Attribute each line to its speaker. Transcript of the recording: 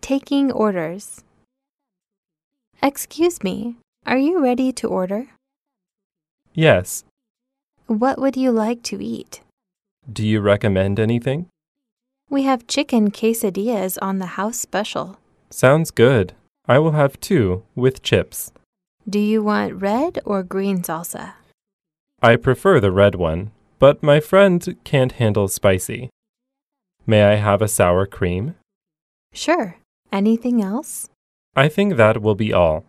Speaker 1: Taking orders. Excuse me, are you ready to order?
Speaker 2: Yes.
Speaker 1: What would you like to eat?
Speaker 2: Do you recommend anything?
Speaker 1: We have chicken quesadillas on the house special.
Speaker 2: Sounds good. I will have two with chips.
Speaker 1: Do you want red or green salsa?
Speaker 2: I prefer the red one, but my friend can't handle spicy. May I have a sour cream?
Speaker 1: Sure. Anything else?
Speaker 2: I think that will be all.